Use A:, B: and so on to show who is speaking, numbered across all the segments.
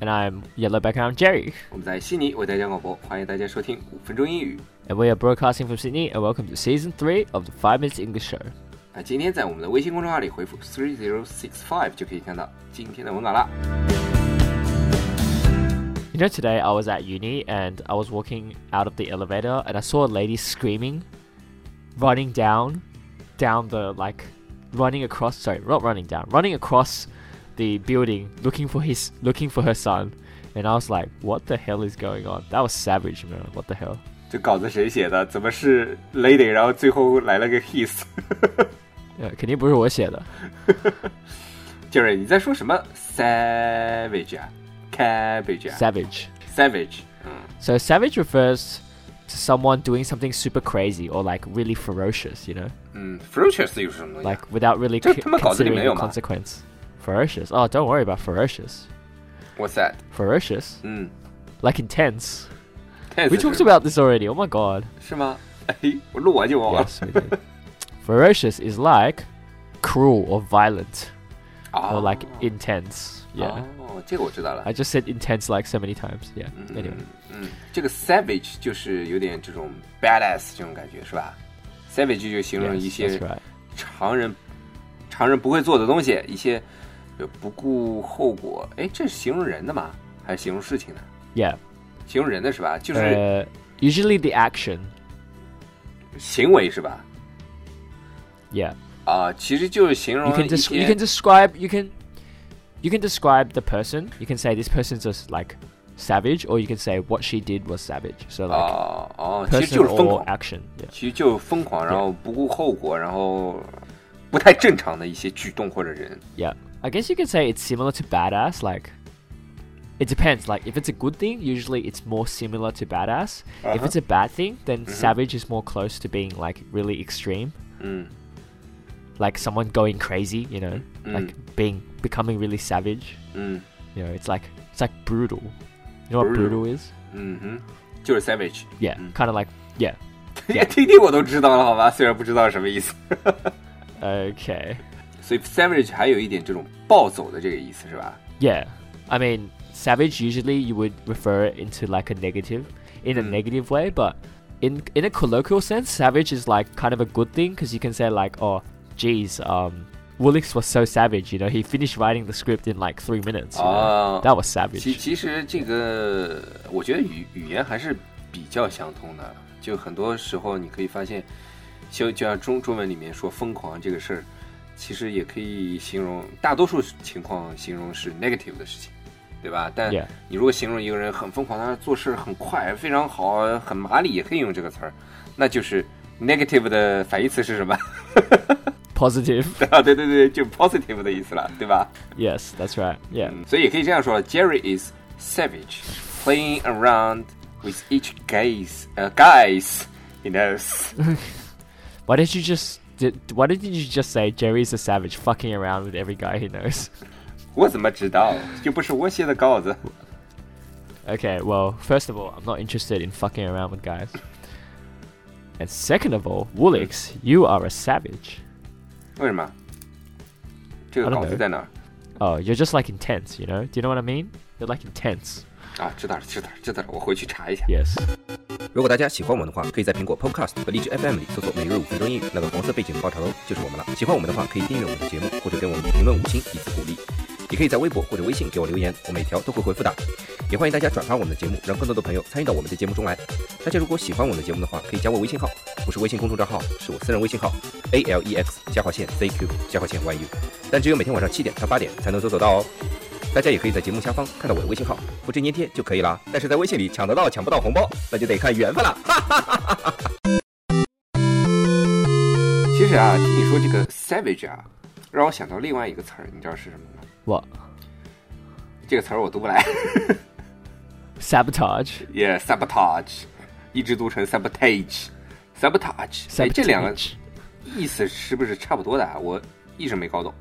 A: and I'm Yellow Background Jerry,
B: 我们在悉尼为大家广播，欢迎大家收听五分钟英语。
A: and we are broadcasting from Sydney. And welcome to season three of the Five Minutes English Show.
B: 那今天在我们的微信公众号里回复 three zero six five 就可以看到今天的文稿啦。
A: You know, today I was at uni and I was walking out of the elevator and I saw a lady screaming, running down, down the like, running across. Sorry, not running down, running across the building, looking for his, looking for her son. And I was like, what the hell is going on? That was savage, man. What the hell?
B: 这稿子谁写的？怎么是 lady，然后最后来了个 his？
A: Yeah, 肯定不是我写的。
B: 就是你在说什么 savage 啊，cabbage 啊
A: Savage.
B: ，savage，嗯，
A: So savage refers to someone doing something super crazy or like really ferocious, you know,
B: 嗯，ferocious 又是什么东西啊？
A: like without really
B: 这
A: c-
B: 他妈稿子里
A: considering
B: 没有
A: the
B: 吗
A: consequence. Ferocious. Oh, don't worry about ferocious.
B: What's that？
A: Ferocious,
B: 嗯
A: like intense.
B: ，tense
A: We
B: 是
A: talked about this already. Oh my god.
B: 是吗？哎，我录完就忘了
A: Yes, we did. Ferocious is like cruel or violent
B: 啊
A: or like 哎 intense. Yeah.
B: 哦，这个我知道了
A: I。just said intense like so many times. Yeah.
B: 嗯
A: Anyway.
B: 嗯，这个 savage 就是有点这种 badass 这种感觉是吧？savage 就形容一
A: Yes,
B: 些
A: that's right.
B: 常人常人不会做的东西，一些呃不顾后果。哎，这是形容人的吗？还是形容事情的？
A: Yeah.
B: 形容人的是吧？就是
A: Uh, usually the action.
B: 行为是吧？
A: Yeah.
B: 啊、其实就是形
A: you
B: 容
A: can
B: 一
A: des- you
B: 些
A: can describe you can you can describe the person. You can say this person's just like savage, or you can say what she did was savage. So
B: 啊
A: like
B: 哦、其实
A: person
B: 就是疯
A: or
B: 狂，
A: action. Yeah.
B: 其实就是疯狂，然后不顾后果，然后不太正常的一些举动或者人。
A: Yeah. I guess you could say it's similar to badass. Like it depends. Like if it's a good thing, usually it's more similar to badass. If it's a bad thing, then savage is more close to being like really extreme.
B: 嗯
A: Like someone going crazy. You know, like being becoming really savage.
B: 嗯
A: You know, it's like it's like brutal. You know what
B: Brutal.
A: brutal is?
B: 嗯哼，就是 savage。
A: Yeah, kind of like yeah.
B: 连 TT 我都知道了，好吧？虽然不知道什么意思。
A: Okay.
B: 所以 savage 还有一点这种暴走的这个意思是吧？
A: Yeah. I mean, savage usually you would refer it into like a negative in a negative way, but in in a colloquial sense, savage is like kind of a good thing cuz you can say like, "Oh, geez, um Woolix was so savage, you know, he finished writing the script in like 3 minutes." you
B: 哦
A: know. That was
B: 其
A: savage.
B: 其实这个，我觉得语语言还是比较相通的。就很多时候你可以发现，就就像中中文里面说“疯狂”这个事儿，其实也可以形容大多数情况形容是 negative 的事情，对吧？但
A: Yeah.
B: 你如果形容一个人很疯狂，他做事很快、非常好、很麻利，也可以用这个词儿，那就是 negative 的反义词是什么？
A: Positive.
B: 啊，对对对，就 positive 的意思了，对吧？
A: yes, that's right. Yeah.
B: 所以也可以这样说：Jerry is savage, playing around with each guys, uh, guys he knows.
A: Why didn't you just did, why didn't you just say Jerry's a savage fucking around with every guy he knows?
B: 我怎么知道？又不是我写的稿子。
A: Okay, well, first of all, I'm not interested in fucking around with guys. And second of all, Woolix, you are a savage.
B: 为什么？这个稿子在哪儿？
A: Oh, you're just like intense, you know? Do you know what I mean? You're like intense.
B: 啊，知道了，知道了，知道了，我回去查一下。
A: Yes.
B: 如果大家喜欢我们的话，可以在苹果 Podcast 和荔枝 FM 里搜索“每日五分钟英语”，那个黄色背景的爆炒头就是我们了。喜欢我们的话，可以订阅我们的节目，或者给我们评论五星以资鼓励。也可以在微博或者微信给我留言，我每条都会回复的。也欢迎大家转发我们的节目，让更多的朋友参与到我们的节目中来。大家如果喜欢我们的节目的话，可以加我微信号，不是微信公众账号，是我私人微信号 a l e x 加号线 z q 加号线 y u，但只有每天晚上七点到八点才能搜索到哦。大家也可以在节目下方看到我的微信号，复制粘贴就可以了。但是在微信里抢得到抢不到红包，那就得看缘分了。实啊，听你说这个 savage 啊，让我想到另外一个词儿，你知道是什么吗？
A: What?
B: 这个词儿我读不来
A: Sabotage?
B: ，yeah，sabotage，一直读成 sabotage，sabotage，哎，这两个
A: Sabotage.
B: 意思是不是差不多的啊？我一直没搞懂，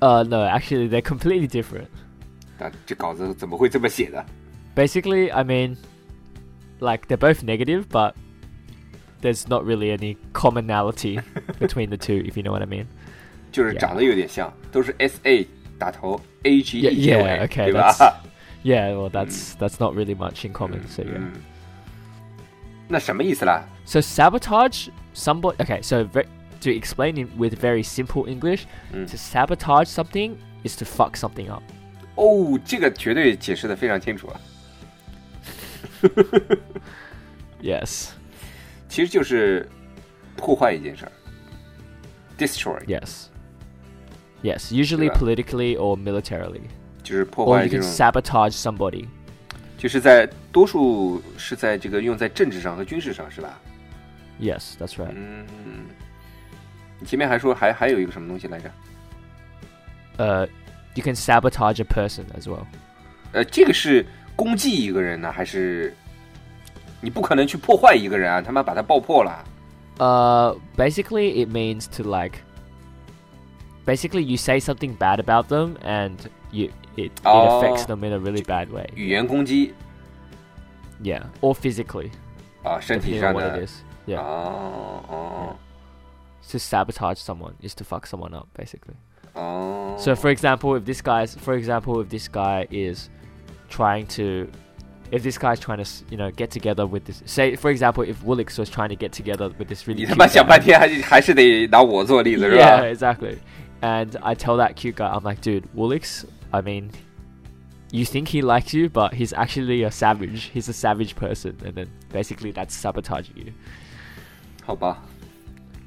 A: Uh, no, actually, they're completely different.
B: 但这稿子怎么会这么写的？
A: Basically, I mean, like, they're both negative, but there's not really any commonality between the two, if you know what I mean.
B: 就是长得有点像，都是 S A 打头，A G
A: Yeah,
B: E 结
A: yeah,
B: 尾，
A: okay,
B: 对
A: that's
B: 吧？
A: yeah. Well, that's that's not really much in common. So yeah.
B: 嗯， 那什么意思啦？
A: So sabotage somebody. Okay, so ve- to explain it with very simple English,
B: Mm.
A: to sabotage something is to fuck something up.
B: 哦，这个绝对解释的非常清楚啊，
A: Yes,
B: 其实就是破坏一件事儿，destroy，
A: yes, yes. Usually
B: Yeah.
A: politically or militarily,
B: 就是破
A: or
B: 坏
A: you
B: 这
A: can
B: 种
A: sabotage somebody.
B: 就是在多数是在这个用在政治上和军事上，是吧？
A: Yes, that's right.
B: 嗯，你前面还说还还有一个什么东西来着？
A: Uh, you can sabotage a person as well.
B: 呃，这个是攻击一个人呢，还是你不可能去破坏一个人啊？他妈把他爆破了，
A: Uh, basically, it means to like. Basically, you say something bad about them, and you it, it affects
B: Oh.
A: them in a really bad way.
B: 语言攻击
A: Yeah, or physically,
B: 啊，身体
A: depending
B: 上
A: on what it
B: 的
A: is.
B: 哦
A: Yeah,
B: 哦
A: to sabotage someone is to fuck someone up, basically.
B: 哦，
A: So, for example, if this guy's, for example, if this guy is trying to, if this guy's trying to, s- you know, get together with this, say, for example, if Woolix was trying to get together with this really,
B: 你他
A: cute
B: 妈想
A: guy-
B: 半天还是还是得拿我做例子是
A: Yeah,
B: 吧？
A: exactly. And I tell that cute guy, I'm like, dude, Woolix, I mean, you think he likes you, but he's actually a savage. He's a savage person. And then basically that's sabotaging you.
B: 好吧，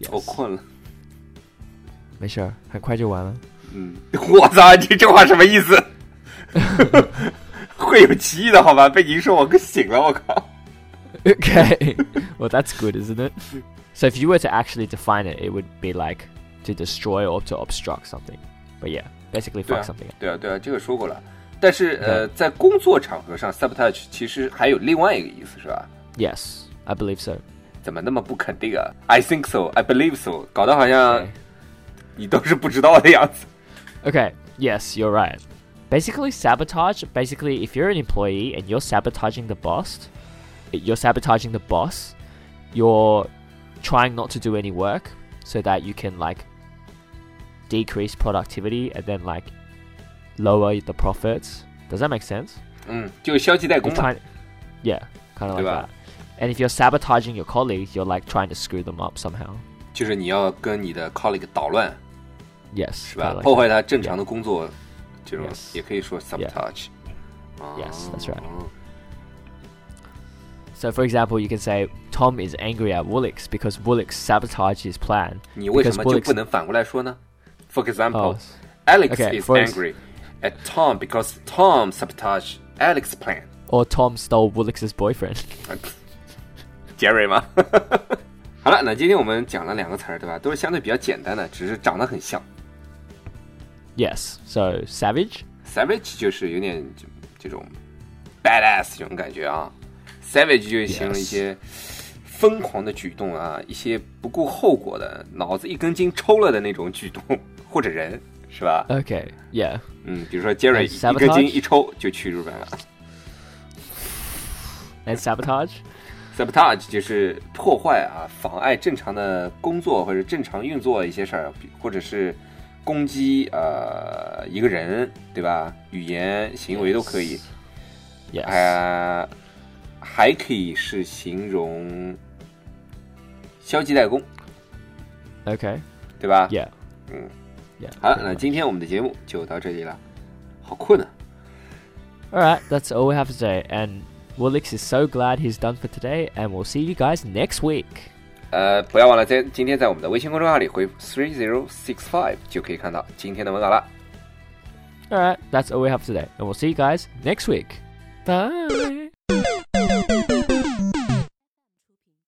A: Yes.
B: 我困了。
A: 没事儿，很快就完了。
B: 我操，你这话什么意思？ 会有歧义的好吧？被您说我给醒了，我靠！
A: Okay. well, that's good, isn't it? So if you were to actually define it, it would be like to destroy or to obstruct something. But yeah, basically
B: 对
A: fuck
B: 啊
A: something up.，
B: 对啊，对啊，这个说过了。但是呃，在工作场合上，sabotage 其实还有另外一个意思，是吧？
A: Yes, I believe so.
B: 怎么那么不肯定啊？I think so, I believe so，搞得好像你都是不知道的样子。
A: Okay, yes, you're right. Basically, sabotage. Basically, if you're an employee and you're sabotaging the boss, you're sabotaging the boss, you're trying not to do any work so that you can, like, decrease productivity and then, like, lower the profits. Does that make sense?
B: 嗯，就消极怠
A: You're
B: 工嘛。
A: trying. Yeah, kind of like
B: Right.
A: that. And if you're sabotaging your colleagues, you're, like, trying to screw them up somehow.
B: 就是你要跟你的 colleague 捣乱，
A: Yes.
B: 是吧
A: kinda？like
B: 破
A: that.
B: 坏他正常的工作，这种
A: Yes
B: 也可以说 sabotage。
A: Yes, that's right.
B: 哦
A: So, for example, you can say Tom is angry at Woolix because Woolix sabotaged his plan.
B: 你为什
A: because
B: 么就
A: Woolix-
B: 不能反过来说呢？For example,
A: Oh,
B: Alex
A: Okay,
B: is
A: for ex-
B: angry at Tom because Tom sabotaged Alex's plan.
A: or Tom stole Woolix's boyfriend.
B: 杰瑞吗？ 好了，那今天我们讲了两个词儿，对吧？都是相对比较简单的，只是长得很像。
A: yes. So savage.
B: Savage 就是有点这这种 badass 这种感觉啊，Savage 就是形容
A: Yes
B: 一些疯狂的举动啊，一些不顾后果的，脑子一根筋抽了的那种举动 或者人，是吧？
A: Okay. Yeah.
B: 嗯，比如说杰瑞
A: And
B: 一根
A: 哎 sabotage
B: 筋一抽就去日本了。
A: And sabotage.
B: Sabotage 就是破坏啊，妨碍正常的工作或者正常运作一些事儿，比或者是攻击呃一个人，对吧？语言、行为都可以。
A: Yes.
B: 呃，还可以是形容消极怠工，
A: okay.
B: 对吧
A: Yeah.
B: Mm.
A: Yeah.
B: 好了，
A: pretty
B: 那
A: much.
B: 今天我们的节目就到这里了。好困啊！
A: All right. That's all we have to say. And Woolix is so glad he's done for today. And we'll see you guys next week.
B: 呃，不要忘了在今天在我们的微信公众号里回复 three zero six five 就可以看到今天的文稿了。
A: All right. That's all we have today. And we'll see you guys next week. Bye.